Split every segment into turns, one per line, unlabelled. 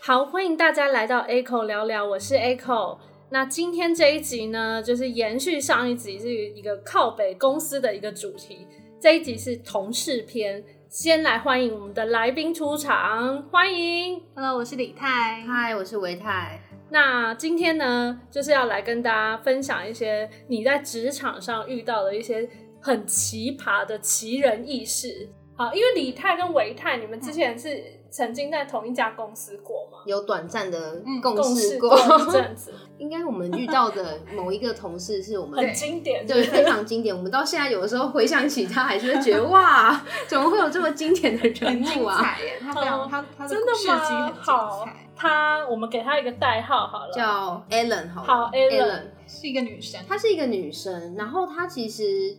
好，欢迎大家来到 Echo 聊聊，我是 Echo。那今天这一集呢，就是延续上一集是一个靠北公司的一个主题，这一集是同事篇。先来欢迎我们的来宾出场，欢迎。
Hello，我是李泰。
嗨，我是维泰。
那今天呢，就是要来跟大家分享一些你在职场上遇到的一些很奇葩的奇人异事。好，因为李泰跟维泰，你们之前是曾经在同一家公司过吗？
有短暂的
嗯
共
共
事
事
过，
一阵子，
应该我们遇到的某一个同事是我们
很经典。
对 非常经典，我们到现在有的时候回想起他，还是会觉得哇，怎么会有这么经典的人
很精
物啊？
彩耶，他非常他他的
真的
事迹
吗
很？精
好
彩，，
他我们给他一个代号好了，
叫 Ellen 好了
好 Ellen
Ellen，
是一个女生，
她是一个女生，然后她其实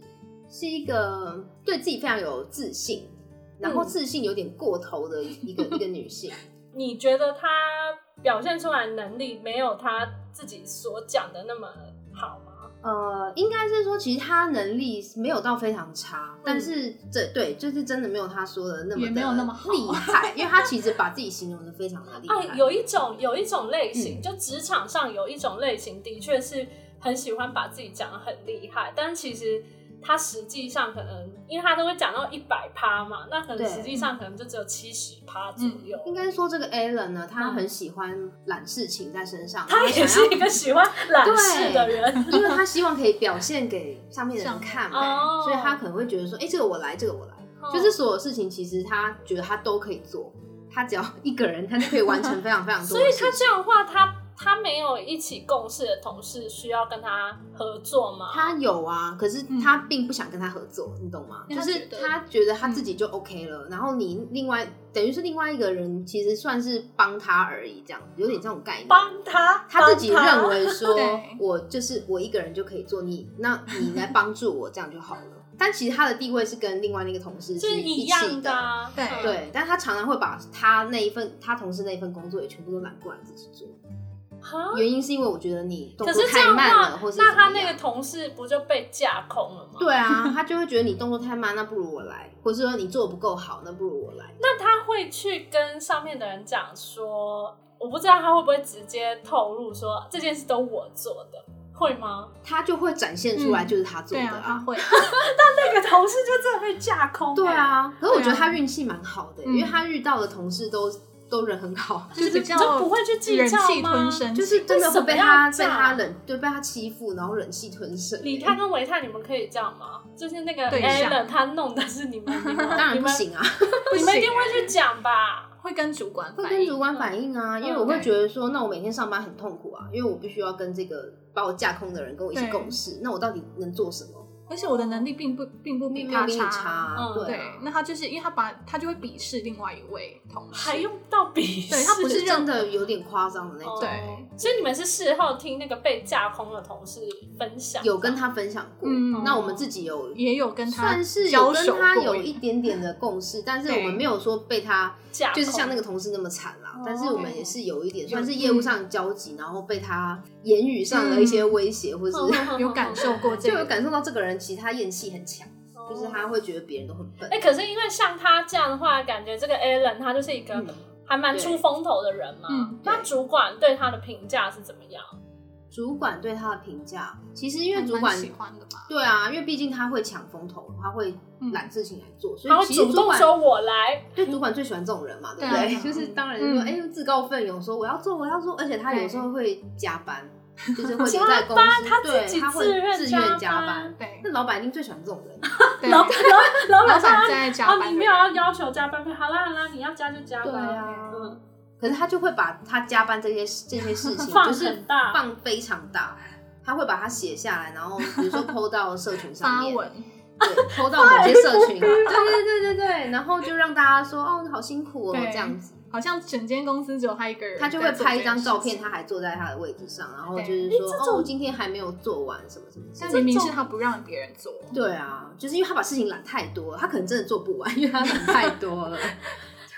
是一个对自己非常有自信，然后
嗯
自信有点过头的一个一个女性。
你觉得他表现出来的能力没有他自己所讲的那么好吗？
呃，应该是说，其实她能力没有到非常差，但是这对就是真的没有她说的那么的
也没有那么好
厉害，因为她其实把自己形容的非常的 厉害。嗯
啊，有一种有一种类型，就职场上有一种类型，的确是很喜欢把自己讲的很厉害，但其实他实际上可能，因为他都会讲到一百趴嘛，那可能
对
实际上可能就只有七十趴左右。
应该说这个 Alan 呢，他
嗯
很喜欢揽事情在身上，
他
然后
也
想
是
要
一个喜欢懒事的人，
因为他希望可以表现给上面的人
上面
看
哦
嘛，所以他可能会觉得说，哎、这个我来，这个我来，就是所有事情其实他觉得他都可以做，他只要一个人，他就可以完成非常非常多
所
的
以
事情。
他这样的话，他他没有一起共事的同事需要跟他合作吗？
他有啊，可是他并不想跟他合作，你懂吗？
因
就是
为他觉得
他觉得他自己就 OK 了，然后你另外等于是另外一个人，其实算是帮他而已，这样有点这种概念。
帮他，
他自己
帮
认为说
对，
我就是我一个人就可以做你，那你来帮助我，这样就好了。但其实他的地位是跟另外那个同事
就是是
一
一
起
样
的，
的啊，
对
嗯，
对。但他常常会把他那一份他同事那一份工作也全部都揽过来自己做，
哈
原因是因为我觉得你动
可
作
是这
太
样的
慢了，
话
或，是
那他
怎么样
那个同事不就被架空了吗？
对啊，他就会觉得你动作太慢，那不如我来，或是说你做的不够好，那不如我来。
那他会去跟上面的人讲说，我不知道他会不会直接透露说这件事都我做的，会吗？
他就会展现出来
嗯
就是他做
对
的
啊，她
啊。
会，
那个同事就真的被架空、欸
对，啊，可是我觉得
对啊
他运气蛮好的、
嗯
因为他遇到的同事都都人很好，
就是比
你
较
就不会去计
忍
较
气
吗
吞声，
就是真的会
为什
被他被
么要
他
这
忍，对，被他欺负，然后忍气吞声。
李泰跟维泰，你们可以这样吗？就是那个
对象
Allen 他弄的是你们，你们
当然不，
你
行啊，
们你们一定会去讲吧？
会跟主管
会
反
跟
映
主管反映啊，因为我会觉得说，那我每天上班很痛苦啊，因为我必须要跟这个把我架空的人跟我一起
对
共事，那我到底能做什么？
而且我的能力并不并不比
并没有
他
比你
差。
差啊，
嗯
对
对
啊，
那他就是因为他把他就会鄙视另外一位同事，
还用到鄙视？
对他不是
是真的有点夸张的那种。
哦
对，
所以你们是事后听那个被架空的同事分享，
有跟他分享过。
嗯
那我们自己有
也有跟他
算是有
交
跟
手
他
过
有一点点的共识，但是我们
对
没有说被他
架空，
就是 像那个同事那么惨啦
哦。
但是我们也是有嗯一点
有
算是业务上的交集，然后被他言语上的一些威胁，或是
嗯
有感受过这
嗯就
个，
有感受到这个人其实他厌气很强，
哦
就是他会觉得别人都很笨
哎、。可是因为像他这样的话，感觉这个 Alan 他就是一个
嗯
还蛮出
对
风头的人嘛。
嗯
那
对
主管对他的评价是怎么样？
主管对他的评价，其实因
还
为
蛮
主管
喜欢的吧，
对啊，因为毕竟他会抢风头，他会
嗯
揽事情来做，所
他
以
会
其实
主动
管
说“我来
对，主管最喜欢这种人嘛，对不
对啊
对？
对啊
就是当然说，
嗯
哎、自告奋勇说我要做，我要做，而且他有时候会加 班，就是会
加
留在公
班”，
司，
他自己
对，他会
自愿
加
加。。
对
那老板一定最喜欢这种人，
对，
老板，老
老
板说
板在加班的
啊，
人，
你没有要要求加班费，好啦好啦，你要加就加吧。
对啊
嗯，
可是他就会把他加班这些这些 事情，
放
就是
很大，
放非常大。他会把它写下来，然后比 如说抛到社群上
发
面，
文，
对，抛到某些社群，对啊对对对对，然后就让大家说哦，你好辛苦哦，
对
这样子，
好像整间公司只有他一个人，
他就会拍一张照片，他。还坐在他的位置上，然后就是
对
说
诶这
哦，
种
我今天还没有做完什么什么之类的，
但明明是他不让别人做，
对啊，就是因为他把事情揽太多了，他可能真的做不完，因为他揽太多了。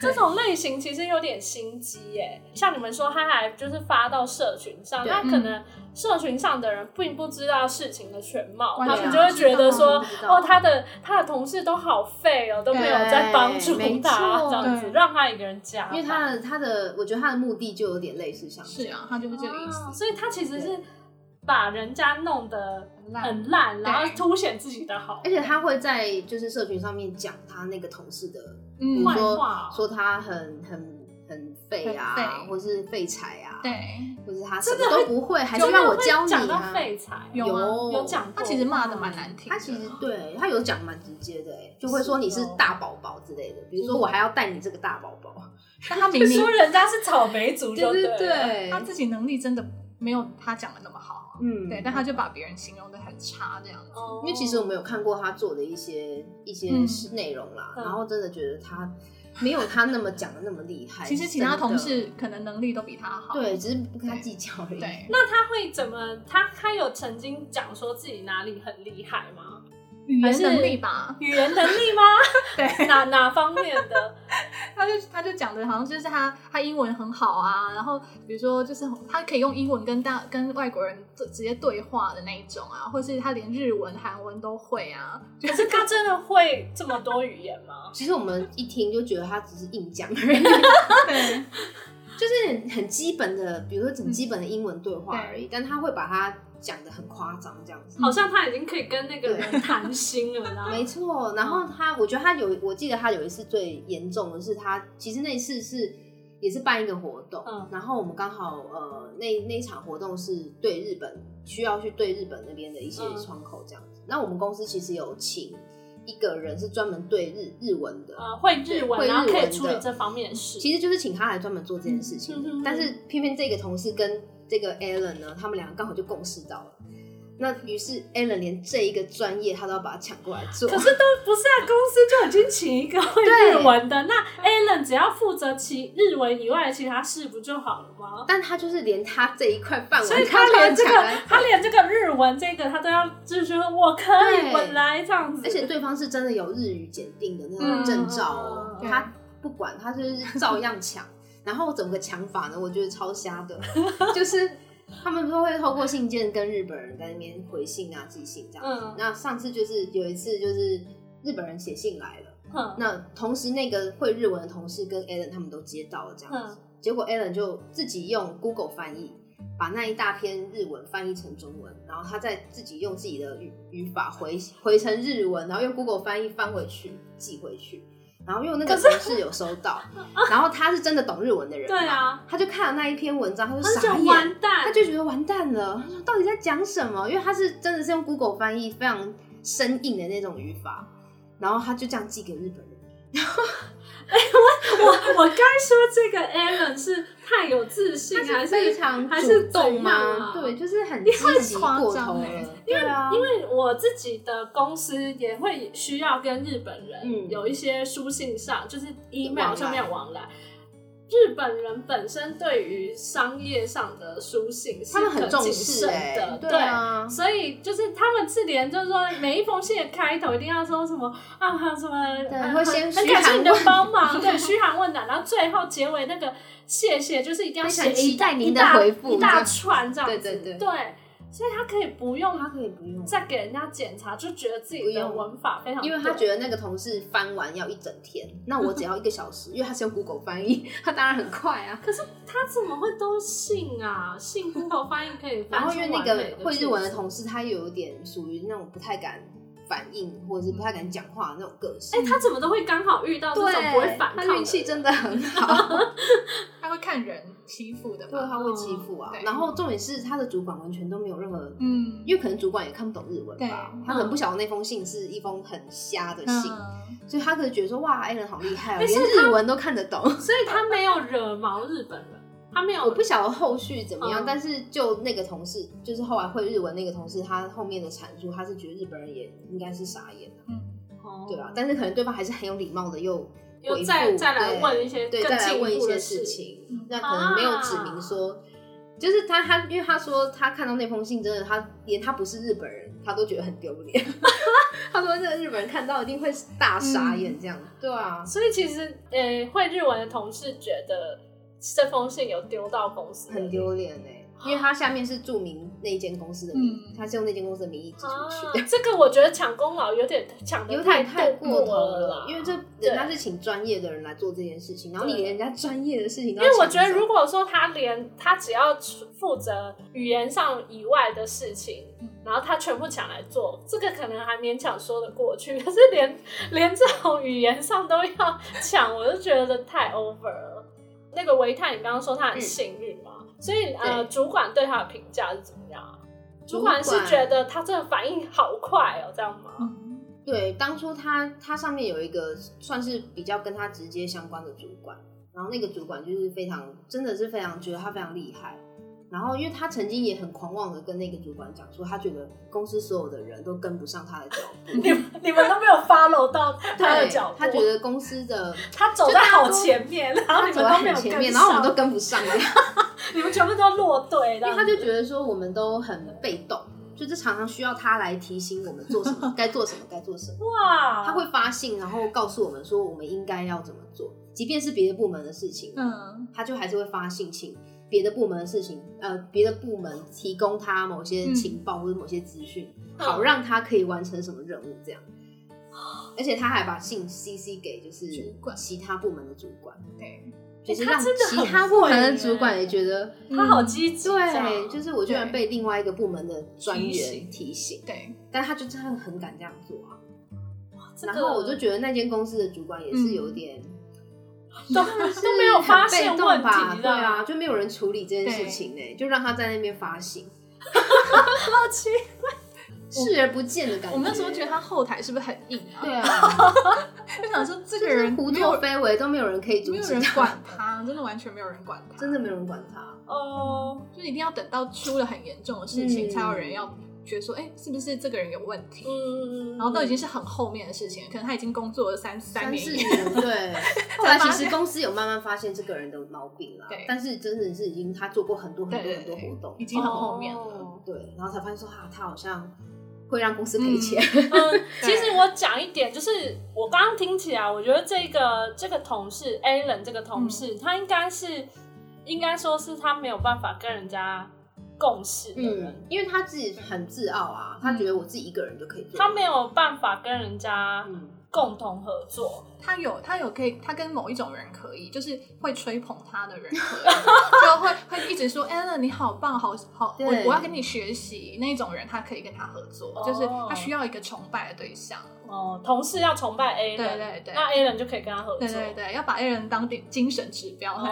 这种类型其实有点心机耶。像你们说，他还就是发到社群上，
对
那可
嗯
能社群上的人并不知道事情的全貌，
完
他
全
们
不
就会
知
觉得
道
说
不知，道
哦，他的他的同事都好废哦，都没有在帮助
对没
他，
错
这样子
对
让他一个人加班，
因为他的他的，我觉得他的目的就有点类似像
是啊，他就是这个意
哦
思。
所以他其实是把人家弄得很烂，
对
然后凸显自己的好，
而且他会在就是社群上面讲他那个同事的，比
嗯
如
坏
说
话哦
说他很很很废
很
啊，
废
或是废柴啊，，
对，
或是他什么都不会，还是
有没有
让我教
会
你
讲到
啊。
废材，
有
有
吗
有讲过，
他其实骂的蛮难听的。
他其实对他有讲蛮直接的、欸，就会
是
说你是
哦
大宝宝之类的，比如说我还要带你这个大宝宝，
但他明
就
明
说人家是草莓族就
对
了
对，
他自己能力真的没有他讲的那么好，啊
嗯
对，但他就把别人形容的很差这样子。
哦
因为其实我们有看过他做的一些一些
嗯
事内容啦，
嗯
然后真的觉得他没有他那么讲的那么厉害。
其实其
真
他
的
同事可能能力都比他好，
对，只是不跟他计较而已。
对，
那他会怎么？他他有曾经讲说自己哪里很厉害 吗？
语
还
言
是
能力吧，
语言能力吗？
对，
哪哪方面 的？
他就他就讲的好像就是他他英文很好啊，然后比如说就是他可以用英文跟大跟外国人直接对话的那一种啊，或是他连日文、韩文都会啊， 就
可是他真的会这么多语言吗？
其实我们一听就觉得他只是硬讲而 已，
对
就是很基本的，比如说很基本的英文对话
对
而已，但他会把它讲的很夸张这样子。
好像他已经可以跟那个人谈心了 啦。
没错，然后他，我觉得他有，我记得他有一次最严重的是他，其实那一次是也是办一个活动，
嗯
然后我们刚好呃那那一场活动是对日本需要去对日本那边的一些
嗯
窗口这样子。那我们公司其实有请一个人是专门对日日文的，
呃，会日文，
会日文
然后可以
的
处理这方面的事。
其实就是请他来专门做这件事情的。
嗯嗯嗯
但是偏偏这个同事跟这个 Alan 呢，他们两个刚好就共事到了。那于是 Alan 连这一个专业他都要把它抢过来 做，
可是都不是啊，公司就已经请一个会
对
日文的，那 Alan 只要负责其日文以外的其他事不就好了吗？
但他就是连他这一块范围，
所以他
他都
连这
抢
个
来，
他连这个日文这个他都要，就是说我可以，
对
我来这样子。
而且对方是真的有日语检定的那
嗯
种证照哦，
对
他不管，他就是照样抢。然后怎么个抢法呢？我觉得超瞎的，就是他们都会透过信件跟日本人在那边回信啊、寄信这样。
嗯
那上次就是有一次，就是日本人写信来了，
哼，
那同时那个会日文的同事跟 Alan 他们都接到了这样
嗯
子，结果 Alan 就自己用 Google 翻译。把那一大篇日文翻译成中文，然后他再自己用自己的语语法回
嗯
回成日文，然后用 Google 翻译翻回去寄回去，然后因 为那个同事有收到，然后他是真的懂日文的人，
对，啊，
他就看了那一篇文章，他就
他就觉
傻
得
眼，
完蛋
他，就觉得完蛋了，他说到底在讲什么？因为他是真的是用 Google 翻译非常生硬的那种语法，然后他就这样寄给日本人。
我我该说这个 Alan 是太有自信，还是
非常
还是
主动
怎样啊
吗？对，就是很积极过头了
因为很夸张欸。
对啊，
因为我自己的公司也会需要跟日本人
嗯
有一些书信上，就是 email
往来
上面往来。日本人本身对于商业上的书信是
他们很重
谨
视
慎
哎、
的，
对啊，
所以就是他们是连就是说每一封信的开头一定要说什么啊，还有什么，
对
呃
会先
很很
嘘
感谢
寒
你的
问
帮忙，对，嘘寒问暖，然后最后结尾那个谢谢，就是一定要
非
写
常
一
期
大
待
一
您的
大
回复
一
这
大
样
串这样子，
对对对
所以他可以不用
他可以不用，
再给人家检查，就觉得自己
不
的
用
文法非常对，
因为他觉得那个同事翻完要一整天，那我只要一个小时，因为他是用 Google 翻译，他当然很快啊。
可是他怎么会都信啊？信 Google 翻译可以翻
然
出
后
完
因
美的句
为
子，
那个会日文的同事，他又有点属于那种不太敢反应或者是不太敢讲话的那种个性。
哎、他怎么都会刚好遇到这种不会反抗
他运气真的很好，
他会看人欺负的
对，
吧？
他会欺负啊
嗯。对
然后重点是他的主管完全都没有任何，
嗯，
因为可能主管也看不懂日文吧
对，
他可
嗯
能不晓得那封信是一封很瞎的信，
嗯
所以他可能觉得说哇，Alan 好厉害哦，
哎所
连
以
日文都看得懂。
所以他没有惹毛日本人，他没有
我不晓得后续怎么样
嗯，
但是就那个同事，就是后来会日文那个同事，他后面的阐述，他是觉得日本人也应该是傻眼的，
哦
对吧？啊但是可能对方还是很有礼貌的，又
又
回复
再再来
对
问一些
对
更
再来
进
问一
一步
些
的
事
情。啊
情，那可能没有指明说就是他他，因为他说他看到那封信，真的他连他不是日本人，他都觉得很丢脸。 他说这个日本人看到一定会大傻眼这样。对啊，
所以其实呃，会日文的同事觉得这封信有丢到公司，
很丢脸哎，因为他下面是注明那间公司的名，
嗯
他是用那间公司的名义寄
啊
出去。！
这个我觉得抢功劳有点抢的
有
太
点太
过
过头
了啦
了，因为这
对
人家是请专业的人来做这件事情，然后你
对
连人家专业的事情都
因
要
为我
抢走，
觉得，如果说他连他只要负责语言上以外的事情
嗯，
然后他全部抢来做，这个可能还勉强说得过去。可是连 连这种语言上都要抢，我就觉得太 over 了。那个维泰，你刚刚说他很幸运嘛，所以呃，
嗯对
主管对他的评价是怎么样啊？主
主
管
管
是觉得他这个反应好快哦，这样吗？
嗯
对当初他他上面有一个算是比较跟他直接相关的主管，然后那个主管就是非常真的是非常觉得他非常厉害。然后，因为他曾经也很狂妄的跟那个主管讲说，他觉得公司所有的人都跟不上他的脚步，
你们你们都没有 follow 到他的
对
脚步，
他觉得公司的
他走在好前面，然后
他
你
走
们
在
都没
很
有
前
跟
面，然后我们
上
都跟不上，
你们全部都落队
因为
了。
他就觉得说我们都很被动，就是常常需要他来提醒我们做什 么，该做什么，该做什么。
哇，
他会发信，然后告诉我们说我们应该要怎么做，即便是别的部门的事情，
嗯
他就还是会发信请别的部门的事情，呃，别的部门提供他某些情报或者某些资讯，
嗯
好让他可以完成什么任务这样。而且他还把信 CC 给就是
主管
其他部门的主管，
对，
就是
他
让
真的
其
很
他部
会
门的
耶
主管也觉得
他好积极，这
嗯对，
样
就是我居然
对
被另外一个部门的专
提
员
醒
提醒，
嗯对，
但他就真的很敢这样做啊。
这
然
个
后我就觉得那间公司的主管也是有
嗯
点
都都没有发现
很被动
问题
吧，对
的
啊，，就没有人处理这件事情呢、欸就让他在那边发 信，
好奇
视而不见的感觉。
我们那时候觉得他后台是不是很硬啊？
对， 啊，
就想说这
就
个
是
人
胡
没有
作非为都没有人可以阻
没有
止
人
他，
管他，真的完全没有人管他，
真的没有人管他。
哦，
就一定要等到出了很严重的 事情，
嗯
才有人要觉得说，哎、是不是这个人有问题？
嗯，
然后都已经是很后面的事情了，可能他已经工作了三三
三
年
四
以上，
年， 对。后来其实公司有慢慢发现这个人的毛病啦
对，
但是真的是已经他做过很多很多
对对
很
对
多活动，
已经很后面了。
哦
对，然后才发现说啊，他好像会让公司赔钱。
嗯，其实我讲一点，就是我刚刚听起来，我觉得这个这个同事 Alan 这个同事，他应该是应该说是他没有办法跟人家共事的人，
嗯， 因为他自己很自傲啊，他觉得我自己一个人就可以做。
嗯他没，有办法跟人家
嗯，
共同合作，
他有他有可以，他跟某一种人可以，就是会吹捧他的人可以，就会会一直说 Alan 你好棒，好好，我
对
我要跟你学习那种人，他可以跟他合作，
哦
就是他需要一个崇拜的对象。
哦，同事要崇拜 A
对
人，
对对
那 A 人就可以跟他合作。
对对对，要把 Alan 当顶精神指标，
哦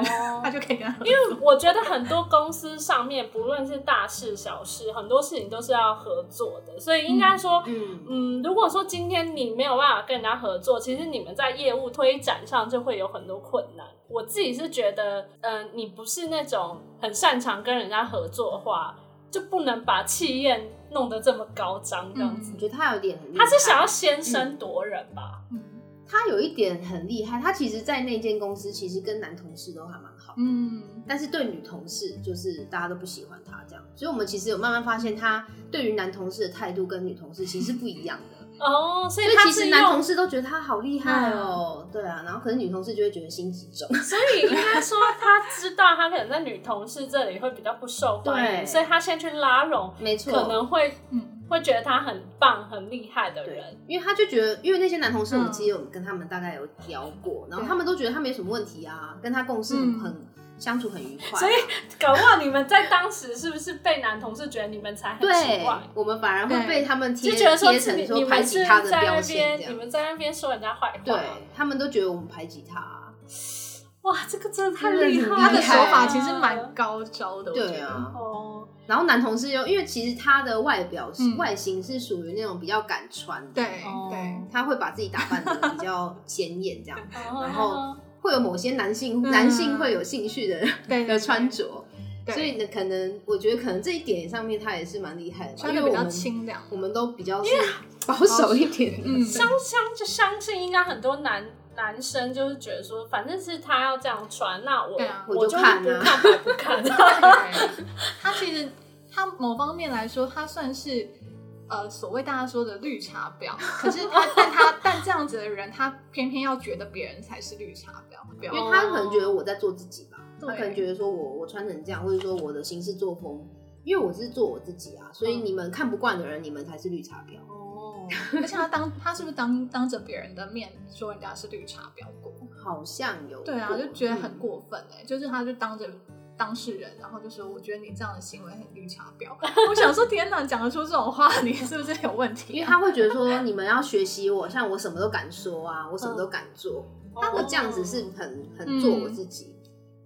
他就可以跟他合
因
作。
为我觉得很多公司上面，不论是大事小事，很多事情都是要合作的，所以应该说，
嗯
嗯，如果说今天你没有办法跟人家合作，其实你们在业务推展上就会有很多困难。我自己是觉得，嗯、你不是那种很擅长跟人家合作的话，就不能把气焰弄得这么高涨这样子。
我觉得他有点很厉害，
他是想要
嗯
先声夺人吧？
嗯
他有一点很厉害，他其实，在那间公司其实跟男同事都还蛮好，
嗯，
但是对女同事就是大家都不喜欢他这样，所以我们其实有慢慢发现他对于男同事的态度跟女同事其实是不一样 的。
哦，所以
所以
他
其
是
实男
用嗯
同事都觉得他好厉害哦，对啊，然后可是女同事就会觉得心机重，
所以应该说，他知道他可能在女同事这里会比较不受欢迎，
对
所以他先去拉拢，
没错，
可能会
嗯
会觉得他很棒、很厉害的
对
人。，
因为他就觉得，因为那些男同事，我
嗯
们其实有跟他们大概有聊过，然后
对
他们都觉得他没什么问题啊，跟他共事
嗯
很、相处很愉快啊、
所以搞不好你们在当时是不是被男同事觉得你们才很奇
对
怪，，
我们反而会被他们贴
就觉得说
贴
是你
成
你
说
们
排
是
挤
在
他的
那
标签
边，
这
你
样，
们在那边说人家坏话。
对他们都觉得我们排挤他啊、
哇，这个真的太
真的很
厉害了，啊
他的
厉害
手法其实蛮高招的，我觉
对
得。
啊。
哦，
然后男同事又因为其实他的外表、
嗯
外形是属于那种比较敢穿的，
对
哦
对，
他会把自己打扮的比较显眼这样，
然
后会有某些男性、
哦嗯
男性会有兴趣的
对
的穿，着。
对
所以呢，可能我觉得可能这一点上面他也是蛮厉害的吧，
穿
因
的
为
比
我
较
们
清凉。
我们都比较是保守一点，
嗯，
相相就相信应该很多男男生就是觉得说，反正是他要这样穿，那我、
对啊
我
我
就
就是看
不
啊
看白不看。
他其实他某方面来说，他算是呃所谓大家说的绿茶婊，可是 他但他但这样子的人，他偏偏要觉得别人才是绿茶婊，
因为他可能觉得我在做自己吧，
哦对
他可能觉得说我我穿成这样，或者说我的行事作风，因为我是做我自己啊，所以
嗯
你们看不惯的人，你们才是绿茶婊。
哦，
而且他当他是不是当当着别人的面说人家是绿茶婊过？
好像有
对啊，
过
就觉得很
嗯
过分哎、就是他就当着当事人，然后就说我觉得你这样的行为很绿茶婊。我想说，天哪，讲得出这种话，你是不是有问题、啊？
因为他会觉得说你们要学习我，像我什么都敢说啊，我什么都敢做，
嗯
那我这样子是很很做我自己，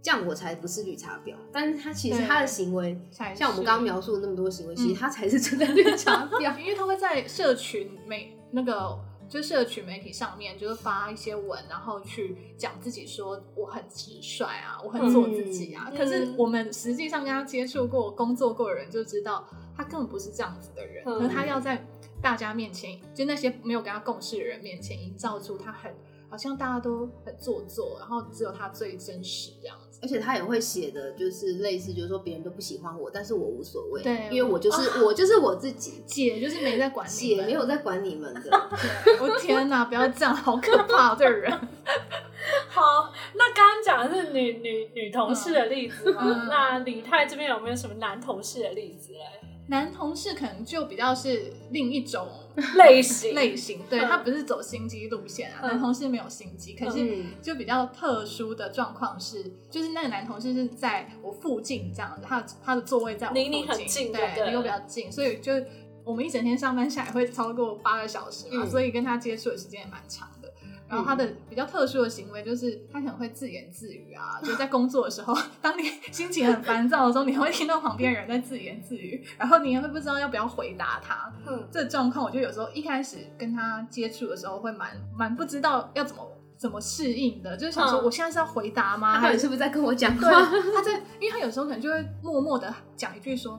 这样我才不是绿茶婊。但是他其实
对
他的行为，
才
像我们
是
刚刚描述的那么多行为，其
嗯
实他才是真的绿茶婊。
因为他会在社群媒那个就是社群媒体上面，就是发一些文，然后去讲自己说我很直率啊，我很做自己啊。
嗯
可是我们实际上跟他接触过、工作过的人就知道，他根本不是这样子的人。
嗯
可是他要在大家面前，就那些没有跟他共事的人面前，营造出他很好像大家都很做作，然后只有他最真实这样子。
而且他也会写的，就是类似，就是说别人都不喜欢我，但是我无所谓，
对哦
因为我就是、我就是我自 己，
姐就是没在管你
姐
们，
没有在管你们的。
对。 我天哪，不要这样，好可怕、哦，这个人。
好，那刚刚讲的是女女女同事的例子嘛？
嗯
那李泰这边有没有什么男同事的例子嘞？
男同事可能就比较是另一种
类型
嗯类 型，对
嗯
他不是走心机路线啊。
嗯
男同事没有心机，可是
嗯
就比较特殊的状况是，就是那个男同事是在我附近这样子，他的他的座位在我
离你
附
很近就对
对，离我比较近，所以就我们一整天上班下来会超过八个小时嘛，
嗯
所以跟他接触的时间也蛮长的。然后他
嗯
的比较特殊的行为就是，他可能会自言自 语啊，就在工作的时候， 当你心情很烦躁的时候，你会听到旁边人在自言自语，然后你也会不知道要不要回答他。
嗯
这状况，我就有时候一开始跟他接触的时候，会蛮蛮不知道要怎么怎么适应的，就是想说
嗯
我现在是要回答吗？
他到
还
底 啊是
是
不是在跟我讲
对
话？，
他在，因为他有时候可能就会默默的讲一句说，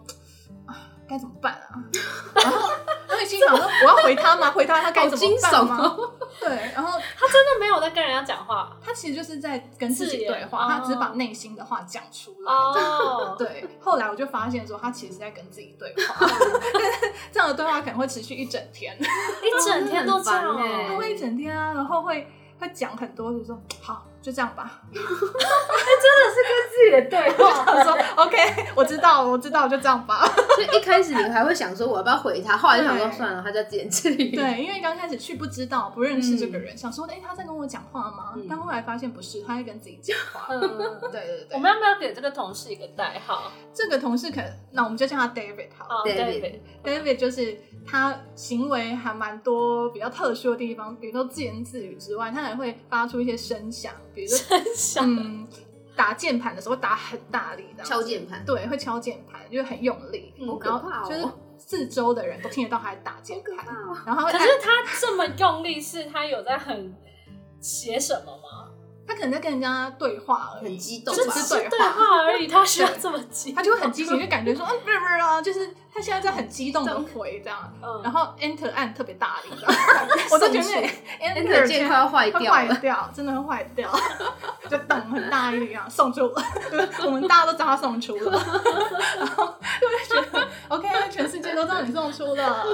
啊，该怎么办啊？ 然后我也心想说，我要回他吗？回他他该怎么办
好
吗？
哦
对，然后
他真的没有在跟人家讲话
他其实就是在跟自
自
己
言
对话，他只是把
哦
内心的话讲出来。
哦。
嗯对，后来我就发现说，他其实在跟自己对话， 但是这样的对话可能会持续一整天。
一整天都这样
真的很
哦
烦
他
欸
会一整天啊，然后会会讲很多，就说好就这样 吧。
自己的对
我想说 OK，我知道了，我知道了，就这样 吧。
所以一开始你还会想说我要不要回他，后来就想说
对
算了，他在自言自语。，
对，因为刚开始去不知道不认识这个
嗯
人，想说哎、诶他在跟我讲话吗？
嗯
但后来发现不是，他在跟自己讲话。
嗯，
对对对，
我们要不要给这个同事一个代号？
这个同事可能，那我们就叫他 David 好了。
哦
David
，David，
David 就是他行为还蛮多比较特殊的地方，比如说自言自语之外，他还会发出一些声响，比如 说
真想
嗯打键盘的时候会打很大力的，
敲键盘
对，会敲键盘，就是很用力，
好
可
然
怕
后
哦
就是四周的人都听得到他在打键
可怕
盘，
哦。
然后
可
他会
是他这么用力，是他有在很写什么吗？
他可能在跟人家对话而已，
很激动
就
吧
只
只
是
是对
对话。
话而已，他需要这 么急？
他就会很激情，就感觉说，嗯，不是不是啊，就是他现在在很激动的回这样，
嗯，
然后 Enter 按特别大力，我都觉得那
嗯 Enter 键快要坏
会
掉
坏
了，
掉，真的会坏掉，就等很大力啊，送出，我们大家都知道他送出了，然后就会觉得 OK，啊全世界都知道你送出了，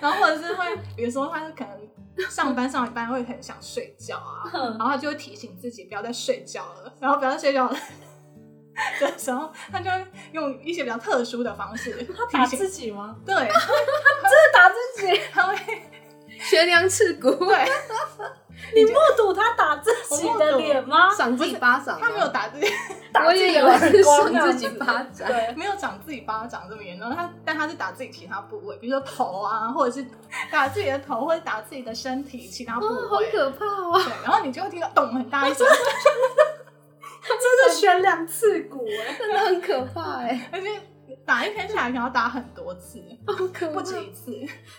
然后或者是会，比如说他可能上班上一半会很想睡觉啊，
嗯
然后他就会提醒自己不要再睡觉了，然后不要再睡觉了。 的时候，他就会用一些比较特殊的方式
打
提醒
自己吗？
对，
打自己，
他会
悬梁刺股，
对，
你目睹他打自己的脸吗？
赏自己巴掌啊。
他没有打自己，
打
我
自己的
也有人
耳光啊
赏自己巴掌。
对，
没有长自己巴掌这么严重，他但他是打自己其他部位，比如说头啊，或者是打自己的头，或者打自己的身体其他部
哦，好
位。
可哦怕哦！
对，然后你就会听到咚很大一声，
真的悬梁刺股哎，
真的很可怕哎。
而且打一篇下来，可能要打很多次，
哦
好可
不止一次。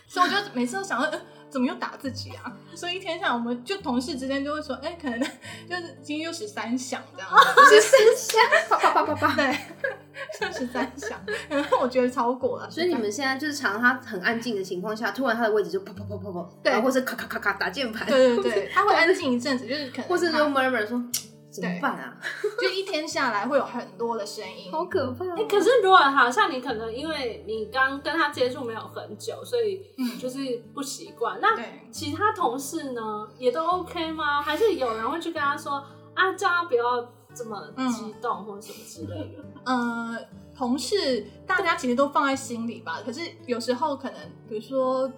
所以我就每次都想说，呃怎么又打自己啊？所以一天下来，我们就同事之间就会说，哎、可能就是今天又十三响这样子，
只是下啪啪啪啪啪。
对，就十三响。 然后我觉得超过了，
所以你们现在就是常常他很安静的情况下，突然他的位置就啪啪啪啪啪，
对
然后或是咔咔咔咔打键盘，
对对对，他会安静一阵子，就是可能
或是
他
就 murmur 说怎么办啊？
就一天下来会有很多的声音，
好可怕哦！
哎、可是如果好像你可能因为你刚跟他接触没有很久，所以
嗯
就是不习惯。那
对，
其他同事呢，也都 OK 吗？还是有人会去跟他说啊，叫他不要这么激动或者什么之类的？
呃，同事大家其实都放在心里吧，可是有时候可能比如说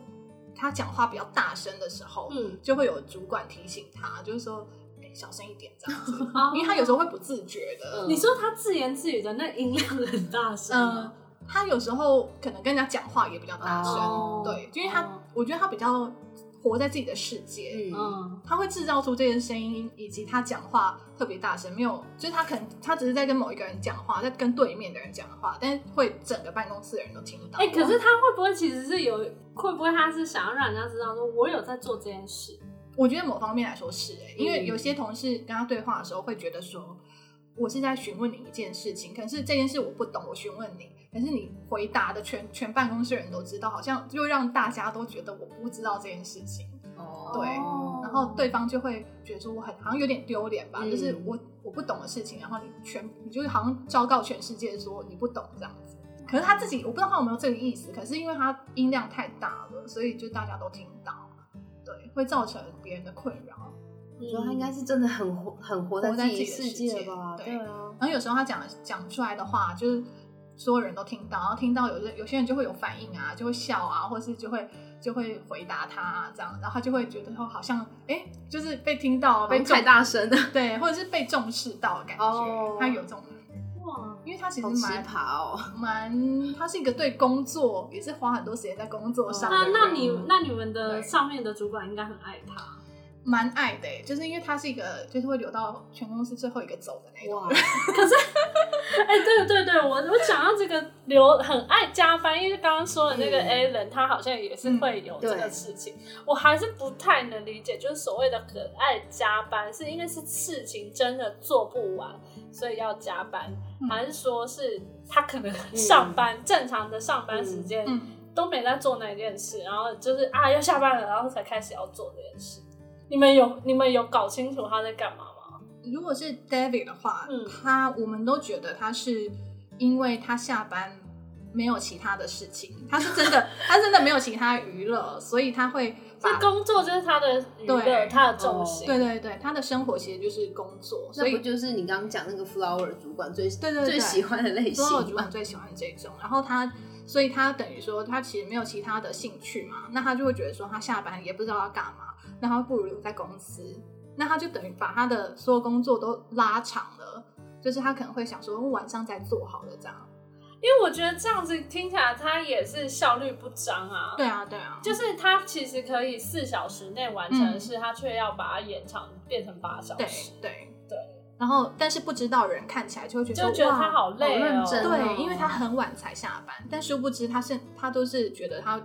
他讲话比较大声的时候，
嗯，
就会有主管提醒他，就是说。哎小声一点，这样子，
嗯好
因为他有时候会不自觉的
嗯，
你说他自言自语的那音量很大声
嗯、
吗，
他有时候可能跟人家讲话也比较大声，
哦
对，因为他，
哦
我觉得他比较活在自己的世界，
嗯，
嗯
他会制造出这些声音，以及他讲话特别大声，没有，就是他可能他只是在跟某一个人讲话，在跟对面的人讲话，但是会整个办公室的人都听到。
哎、可是他会不会其实是有？会不会他是想要让人家知道说我有在做这件事？
我觉得某方面来说是、哎，因为
嗯
有些同事跟他对话的时候会觉得说，我是在询问你一件事情，可是这件事我不懂，我询问你，可是你回答的全全办公室人都知道，好像就让大家都觉得我不知道这件事情。
嗯
对
哦
然后对方就会觉得说我很好像有点丢脸吧，
嗯
就是我我不懂的事情，然后你全你就是好像昭告全世界说你不懂这样子。可是他自己我不知道他有没有这个意思，可是因为他音量太大了，所以就大家都听到，对，会造成别人的困扰。
我觉得他应该是真的很活很活在
活在
自己
自
世
己的世界
界吧？
对
对啊，
然后有时候他讲讲出来的话，就是所有人都听到，然后听到有些有些人就会有反应啊，就会笑啊，或是就会就会回答他、啊、这样，然后他就会觉得哦，好像哎，就是被听到，
好像
被重
太大声了，
对，或者是被重视到的感觉，
哦
他有这种，
哇，
因为他其实
好奇
蛮
葩哦！
蛮，他是一个对工作也是花很多时间在工作上的
那
哦
人，
那你那你们的
对
上面的主管应该很爱他，
蛮爱的欸，就是因为他是一个就是会留到全公司最后一个走的那种，
哇，
哎、对对对，我我讲到这个刘很爱加班，因为刚刚说的那个
嗯
A 人，他好像也是会有这个事情，我还是不太能理解，就是所谓的很爱加班，是因为是事情真的做不完，所以要加班，
嗯
还是说是他可能上
嗯
班、正常的上班时间、
嗯，
都没在做那件事，然后就是啊要下班了，然后才开始要做这件事。你们有你们有搞清楚他在干嘛吗？
如果是 David 的话，
嗯
他我们都觉得他是因为他下班。没有其他的事情，他是真 的，他真的没有其他娱乐，所以他会
这
把
工作就是他的娱乐，
对哦
他的重心。
对对对，他的生活其实就是工作，所
那
以
不就是你刚刚讲那个 flower 主管最
对对对
最喜欢的类型
所有主
吗
管？最喜欢这种，然后他，所以他等于说他其实没有其他的兴趣嘛，那他就会觉得说他下班也不知道要干嘛，那他不如留在公司，那他就等于把他的所有工作都拉长了，就是他可能会想说哦晚上再做好了这样，
因为我觉得这样子听起来他也是效率不彰啊。
对，啊对啊，
就是他其实可以四小时内完成的事，他却要把它延长变成八小
对
时，
对
对，
然后但是不知道的人看起来就会觉得
就觉得
哇
他好累
好
哦
认。真哦
对，因为他很晚才下班，但殊不知他是他都是觉得他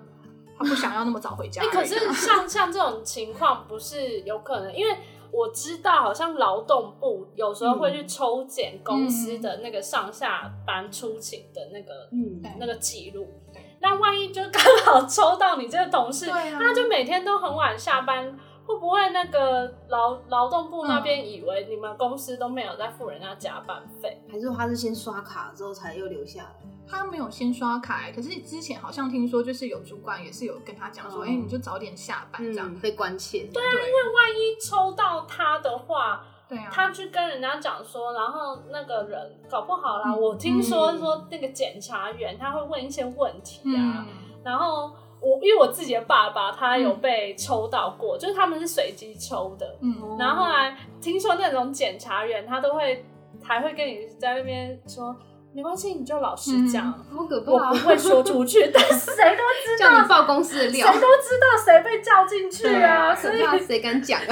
他不想要那么早回 家
哎、
而已啊，
可是像像这种情况，不是有可能？因为我知道，好像劳动部有时候
嗯
会去抽检公司的那个上下班出勤的那个、
嗯，
那个记录
对。
那万一就刚好抽到你这个同事，
对啊
他就每天都很晚下班，会不会那个劳劳动部
嗯
那边以为你们公司都没有在付人家加班费？
还是他是先刷卡之后才又留下来？
他没有先刷卡、欸可是之前好像听说，就是有主管也是有跟他讲说，
哦
哎、你就早点下班这样。
嗯，被关切。对，
对
万一抽到他的话，
对啊，
他嗯去跟人家讲说，然后那个人搞不好啦，
嗯
我听说
嗯
说那个检察员他会问一些问题啊，
嗯，
然后我因为我自己的爸爸他有被抽到过，就是他们是随机抽的，
嗯，
然后后来听说那种检察员他都会还会跟你在那边说，没关系，你就老实讲。
好可
我
怕
不
哦！
会说出去，但是谁都知
叫
道
你，爆公司的
谁
料
都，知道谁被加笑进去
对
啊，
啊
所
可
以
怕谁敢讲啊？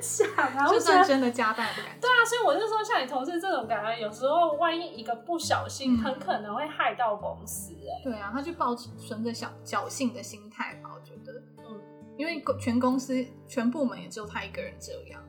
想啊，我觉
就
得
算真的加班也不敢
对啊，所以我就说，像你同事这种感觉，有时候万一一个不小心，
嗯
很可能会害到公司、哎，
对啊，他就抱存着小侥幸的心态吧，我觉得，
嗯，
因为公全公司全部门也只有他一个人这样，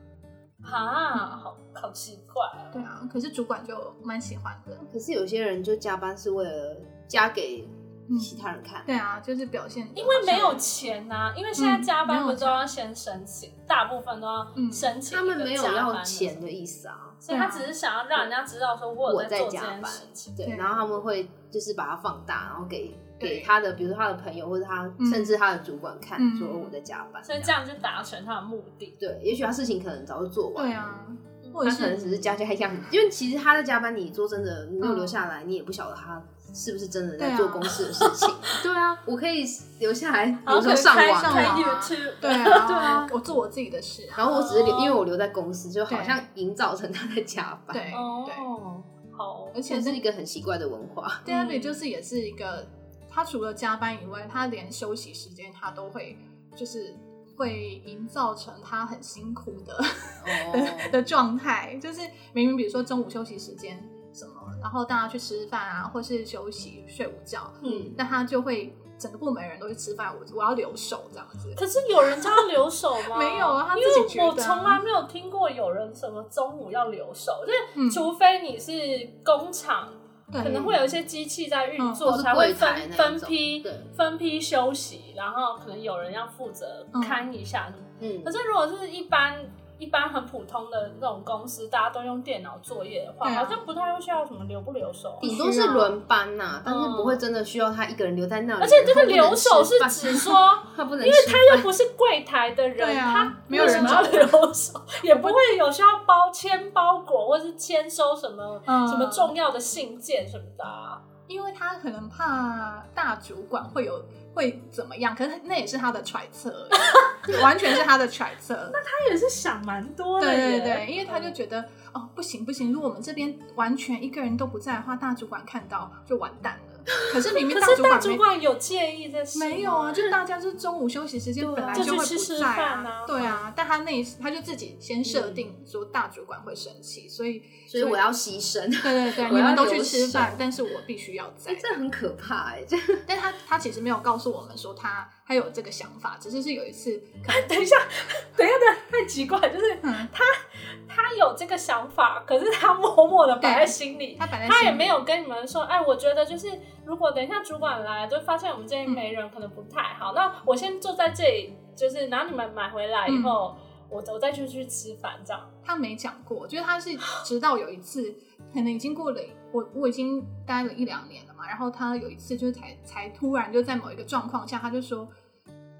嗯
啊，好好奇怪啊。
对啊，可是主管就蛮喜欢的，
可是有些人就加班是为了加给
嗯
其他人看，
对啊，就是表现，
因为没有，钱呐、因为现在加班不都要先申
嗯
请，大部分都要申请、
他们没有要钱，的意思啊。
所以他只是想要让人家知道说
我
有做这
加
件
班
事情，。
对，
对
然后他们会就是把它放大，然后给
对
给他的，比如说他的朋友或者他
嗯
甚至他的主管看，
嗯
说我在加班。
所以这样就达成他的目的。
对，也许他事情可能早就做完，
对，啊，
嗯
或者
他可能
是
只是加加样，因为其实他在加班，你说真的，你没有
嗯
留下来，你也不晓得他是不是真的
对
在
啊
做公司的事 情。
对啊，
我可以留下来，比
然后
如
可
说
以
上
开
网
上
网
啊
啊，
YouTube，
对 啊，
对啊，哦
我做我自己的事啊，
然后我只是留，因为我留在公司，就好
对
像营造成他在加班。
对对，
哦，好，
而且
这是
那
一个很奇怪的文化。
David 就是也是一个，他除了加班以外，他连休息时间他都会就是会营造成他很辛苦的的
哦，
的状态，就是明明比如说中午休息时间什么，然后大家去吃饭啊，或是休息睡午觉，
嗯。
那他就会整个部门人都去吃饭，我我要留守这样子。
可是有人叫他留守 吗？
没有啊他
因
自己觉
为
得啊
我从来没有听过有人什么中午要留守，就是
嗯
除非你是工厂
对，
可能会有一些机器在运
嗯或
作，
是
才会
柜台
分
那一
分
种
批
对
分批休息，然后可能有人要负责
嗯
看一下什么。
嗯
可，是如果是一般一般很普通的那种公司，大家都用电脑作业的话，
对啊
好像不太会需要什么留不留守。
顶多是轮班呐、但是不会真的需要他一个人留在那
啊
里。
哦而且这个留守是
然后不能吃
指
饭
说，
他不能
因为
吃饭，
他又不是柜台的人，
对啊
他
没有人
为什么要留守， 也不会有需要包签包裹或是签收什么、
嗯
什么重要的信件什么的啊、
因为他可能怕大主管会有会怎么样，可是那也是他的揣测， 完全是他的揣测。
他也是想蛮多
对
耶嗯
对对，因为他就觉得哦不行不行，如果我们这边完全一个人都不在的话，大主管看到就完蛋了。可是明明
可是
主管
大
没
主管有介意这事吗
没有啊，就大家就是中午休息时间
对啊
本来
就去
会不在
吃吃饭啊嗯
啊，对啊，但他那他就自己先设定说大主管会生气，所以
所以我要牺牲。
对对对，
我要
你们都
留
去吃
守
饭，但是我必须要
哎、
在。
这很可怕哎、这
但他他其实没有告诉我们说他他有这个想法，只是是有一次可 能
等一下，等一下，等一下太奇怪，就是
嗯
他他有这个想法，可是他默默的摆在
对
心里，
嗯他本来
他也
心里
没有跟你们说，哎，我觉得就是如果等一下主管来，就发现我们这边没人，可能不太好，那我先坐在这里，就是拿你们买回来以后，
嗯
我我再去去吃饭这样。
他没讲过，就是他是直到有一次，可能已经过了我我已经待了一两年了嘛，然后他有一次就是才才突然就在某一个状况下，他就说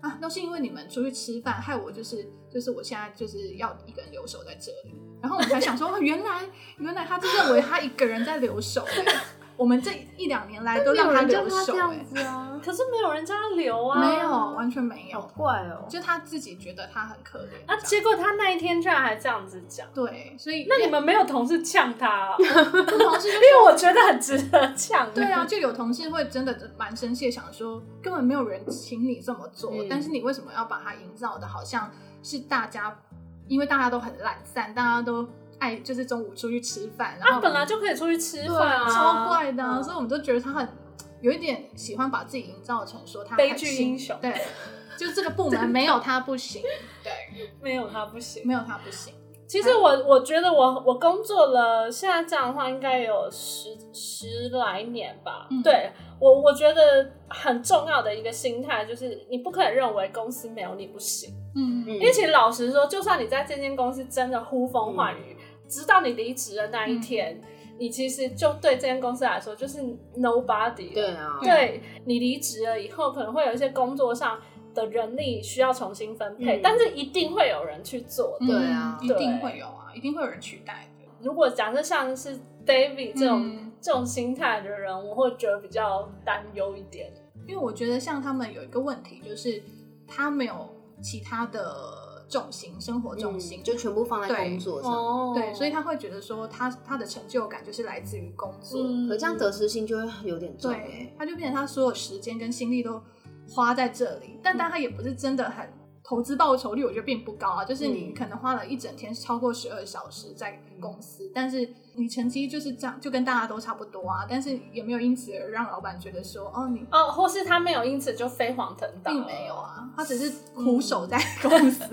啊，都是因为你们出去吃饭，害我就是就是我现在就是要一个人留守在这里，然后我们才想说，哦原来原来他就认为他一个人在留守、欸，我们这一两年来都
没
让
有人叫
留
他这
守、欸
样，子啊，
可是没有人叫他留啊，
没有，完全没
好
有，
怪哦、
就他自己觉得他很可怜，
啊，
这样
结果他那一天居然还这样子讲。
对，所以
那你们没有同事呛他啊、
不同 事就
因为我觉得很值得呛。
对啊，就有同事会真的蛮生气，想说根本没有人请你这么做，
嗯
但是你为什么要把它营造的好像是大家，因为大家都很懒散，大家都爱就是中午出去吃饭，然
他
后
本来就可以出去吃
对
饭啊，
超怪的啊、
嗯
所以我们就觉得他很有一点喜欢把自己营造成说他
悲
很
剧
辛
英雄
对，就这个部门没有他不行，对，
没有他不行。
没有他 不行，
其实我我觉得我我工作了，现在这样的话应该有十十来年吧。
嗯
对我我觉得很重要的一个心态就是，你不可以认为公司没有你不行，
嗯
嗯
因为其实老实说，就算你在这间公司真的呼风唤雨，直到你离职的那一天。你其实就对这间公司来说就是 nobody，了
对啊，
嗯
对你离职了以后，可能会有一些工作上的人力需要重新分配，
嗯
但是一定会有人去做的。
对啊
嗯一定会有啊，一定会有人取代的。
如果假设像是 David 这种、
嗯
这种心态的人，我会觉得比较担忧一点。
因为我觉得像他们有一个问题，就是他没有其他的重心，生活重心。
嗯就全部放在工作上，
哦
对，所以他会觉得说他他的成就感就是来自于工作，
可这样
嗯
得失心就会有点重、欸。嗯
对，他就变成他所有时间跟心力都花在这里，但但他也不是真的很投资报酬率我觉得并不高啊，就是你
嗯
可能花了一整天超过十二小时在公司，但是你成绩就是这样，就跟大家都差不多啊，但是也没有因此而让老板觉得说哦你。
哦，或是他没有因此就飞黄腾达，
并没有。啊， 他只是苦守在公司。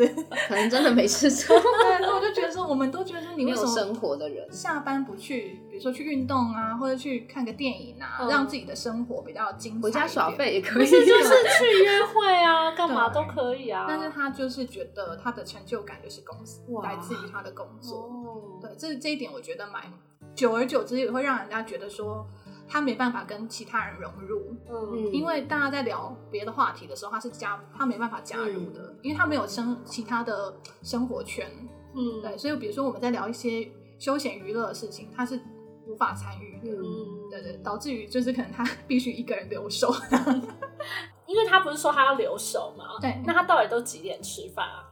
可能真的没事做，
对，所以我就觉得说，我们都觉得说，你
没
为什
有
么
生活的人，
下班不去，比如说去运动啊，或者去看个电影啊，
嗯
让自己的生活比较精彩。
回家耍。废也可
不
以。
是就是去约会 啊，干嘛
对
都可以啊。
但是他就是觉得他的成就感就是公司
哇
来自于他的工作。
哦，
对，这这一点我觉得蛮，久而久之也会让人家觉得说。他没办法跟其他人融入，
嗯，
因为大家在聊别的话题的时候，他是加他没办法加入的，
嗯
因为他没有生其他的生活圈。
嗯
对，所以比如说我们在聊一些休闲娱乐的事情，他是无法参与的。
嗯
嗯，
对对，导致于就是可能他 必须一个人留守。
因为他不是说他要留守吗？
对，
那
那
他到底都几点吃饭啊？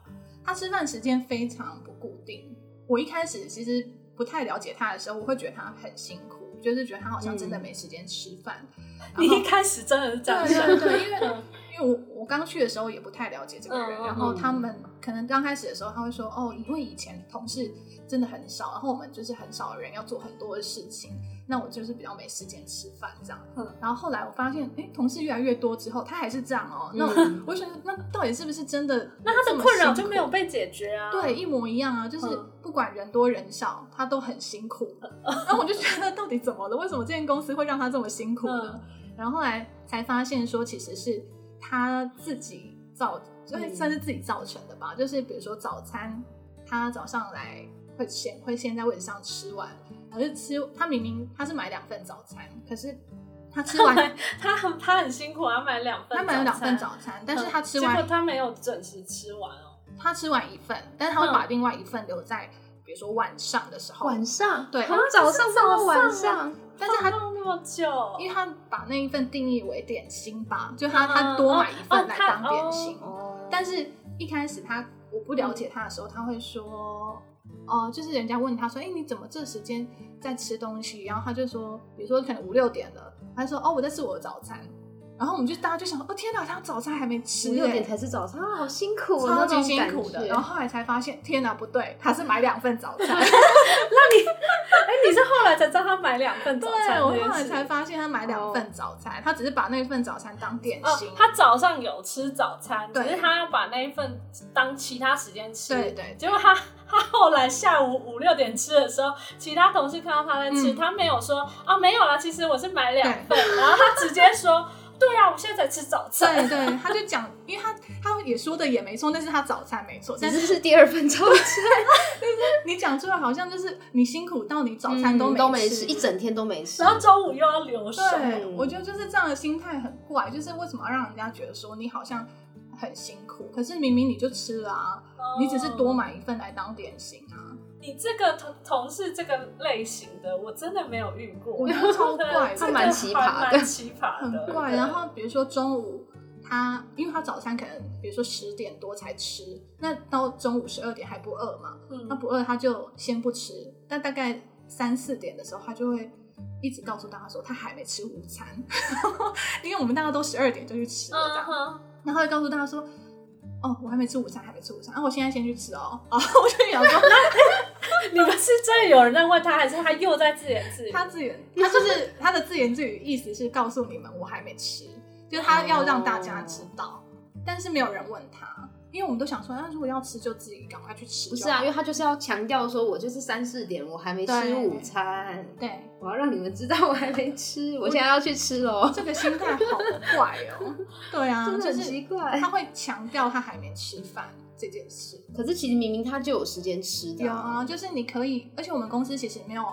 他吃饭时间非常不固定。我一开始其实不太了解他的时候，我会觉得他很辛苦，就是觉得他好像真的没时间吃饭。
你一开始真的是这样
对
想，
对对，因为嗯因为我我刚去的时候也不太了解这个人，
嗯嗯
然后他们可能刚开始的时候他会说哦，因为以前同事真的很少，然后我们就是很少人要做很多的事情，那我就是比较没时间吃饭这样。
嗯
然后后来我发现，哎，同事越来越多之后，他还是这样哦。那
嗯
我想，那到底是不是真的？
那他的困扰就没有。被解决啊。
对，，一模一样啊，就是
嗯
不管人多人少，他都很辛苦。 然后我就觉得到底怎么了？为什么这间公司会让他这么辛苦呢？然后后来才发现说，其实是他自己造，就是
嗯
算是自己造成的吧。就是比如说早餐，他早上来会先会先在位置上吃完，可是吃他明明他是买两份早餐，可是他吃
他
完
买他很他很辛苦啊，他买两份，
他买了两份，早餐，但是他吃完
嗯结果他没有准时吃完哦。
他吃完一份，但是他会把另外一份留在比如说晚上的时候，
晚上
对
啊早上到晚上，啊
但是他
放那么久，
因为他把那一份定义为点心吧，就
嗯
他、啊他多买一
哦哦
份来
他
当点心。
哦
但是一开始他我不了解他的时候，他会说，哦、就是人家问他说，哎、你怎么这时间在吃东西？然后他就说，比如说可能五六点了，他就说，哦，我在吃我的早餐。然后我们就大家就想，哦天哪，他早餐还没吃、
五
欸，
六点才吃早餐，啊好辛苦哦，
超级
那种
辛
感
苦的。
觉
然后后来才发现，天哪，不对，他是买两份早餐。
哎，你是后来才知道他买两份早餐
对，我
这件事，
后来才发现他买两份早餐，他只是把那份早餐当点
哦
心。，
他早上有吃早餐，只
对
是他要把那一份当其他时间吃。
对对
结果他 他后来下午五六点吃的时候，其他同事看到他在吃，
嗯
他没有说啊没有啦，其实我是买两份，然后他直接说，对啊，我现在才吃早餐。
对对，他就讲，因为他他也说的也没错，那是他早餐没错，但
只
是
是是第二份早餐，
你讲出来好像就是你辛苦到你早
嗯
餐
都
没
没
吃
一。整天都没吃
然。后周五又要留守，
对，
嗯
我觉得就是这样的心态很怪，就是为什么要让人家觉得说你好像很辛苦，可是明明你就吃了啊，
哦
你只是多。买一份来当点心啊，
你这个同同事这个类型的，我真的没有遇过，
我觉得超怪 的
这个
他
蛮奇葩的
还蛮奇葩的，
很怪。
对
然后比如说中午。他因为他早餐可能比如说十点多才吃，那到中午十二点还不饿嘛，
嗯
他不饿，他就先不吃。但大概三四点的时候，他就会一直告诉大家说他还没吃午餐， 因为我们大家都十二点就去吃了这
嗯
样。
哼，
然后他就告诉大家说：“哦，我还没吃午餐，还没吃午餐。啊，我现在先去吃哦。” 啊，我就想说，
你们是真的有人在问他，还是他又在自言自语？
他自言，他就是他的自言自语，意思是告诉你们我还没吃，就是他
哦
要让大家知道，但是没有人问他，因为我们都想说，那如果要吃就自己赶快去吃。
不是啊，因，为他就是要强调说，我就是三四点，我还没吃
对
午餐，
对，
我要让你们知道我还没吃， 我现在要去吃喽，
这个心态好怪哦。对啊，
真的
就
很
是
奇怪
他。会强调他还没吃饭这件事。
可是其实明明他就有时间吃的
有
啊，
啊，就是你可以，而且我们公司其实没有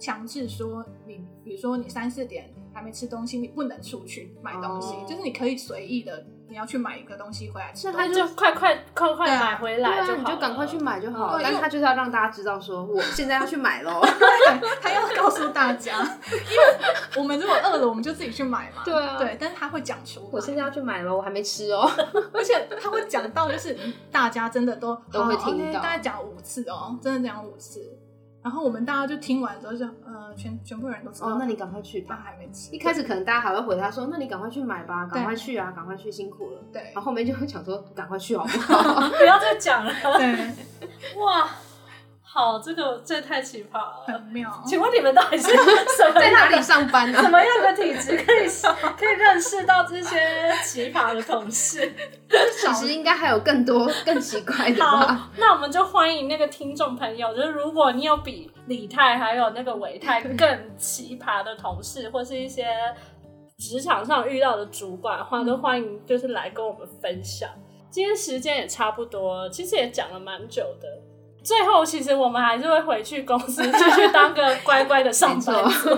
强制说你，比如说你三四点还没吃东西，你不能出去买东西，
哦
就是你可以随意的，你要去买一个东西回来吃
那
东
他
西。
就快快快快
对啊
买回
对
来
啊，
就好
你就赶快去
了。
买就好了。
对
但
因
是
为
他就是要让大家知道，说我现在要去买 喽。
对，他要告诉大 家，因为我们如果饿了，我们就自己去买嘛。
对啊
对，但是他会讲出来，
我现在要去买了，我还没吃哦。
而且他会讲到，就是大家真的都
都会
好
听到
OK，大概讲五次哦，真的讲五次。然后我们大家就听完之后就，呃，全全部人都知道。
哦，那你赶快去
他
吧。
还没吃，
一开始可能大家还会回他说：“那你赶快去买吧，赶快去啊，赶快去，辛苦了。”
对
然后后面就会讲说：“赶快去好哦不好
不要再讲了，
对，
哇，好，这个这太奇葩
很
了。
妙。
请问你们到底 是什？”么
在哪
样
里
的
上班啊呢、
什么样的体质可以可以认识到这些奇葩的同事？
其实应该还有更多更奇怪的吧。
好，那我们就欢迎那个听众朋友，就是如果你有比李泰还有那个伟 泰更奇葩的同事，或是一些职场上遇到的主管的话，都欢迎就是来跟我们分享。今天时间也差不多，其实也讲了蛮久的。最后，其实我们还是会回去公司继续当个乖乖的上班族。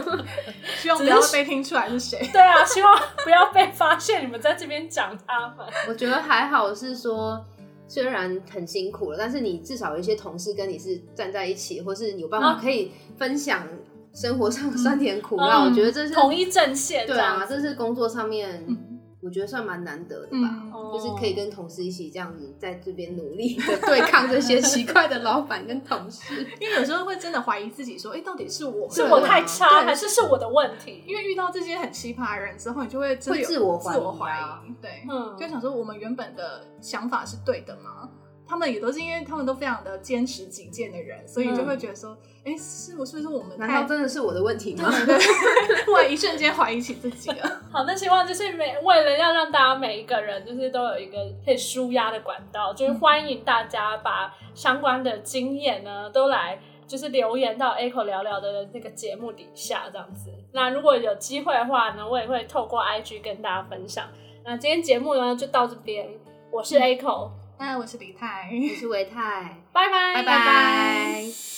希望不要被听出来是谁。
对啊，希望不要被发现你们在这边讲他们。
我觉得还好，是说虽然很辛苦了，但是你至少有一些同事跟你是站在一起，或是你有办法
啊
嗯
可以分享生活上的酸甜苦辣。我觉得这是
同一阵线，
对啊，，这是工作上面、
嗯
我觉得算蛮难得的吧。
嗯，
就是可以跟同事一起这样子在这边努力的 对抗这些奇怪的老板跟同 事。
因为有时候会真的怀疑自己，说，哎，到底是我
是我
对啊
太差，
对
还是是我的问题？
因为遇到这些很奇葩的人之后，你就会真
会
的有
自我怀疑啊
自我怀疑，对，
嗯
就想说我们原本的想法是对的吗？他们也都是因为他们都非常的坚持己见的人，所以你就会觉得说，哎、是我是不是我们
难道
太
真的是我的问题吗？
对，突然一瞬间怀疑起自己了？
好，那希望就是每为了要让大家每一个人就是都有一个可以舒压的管道，就是欢迎大家把相关的经验呢都来。就是留言到 Echo 聊聊的那个节目底下这样子。那如果有机会的话呢，我也会透过 IG 跟大家分享。那今天节目呢就到这边，我是 Echo，
那我是李泰，
我是维泰，
拜拜
拜拜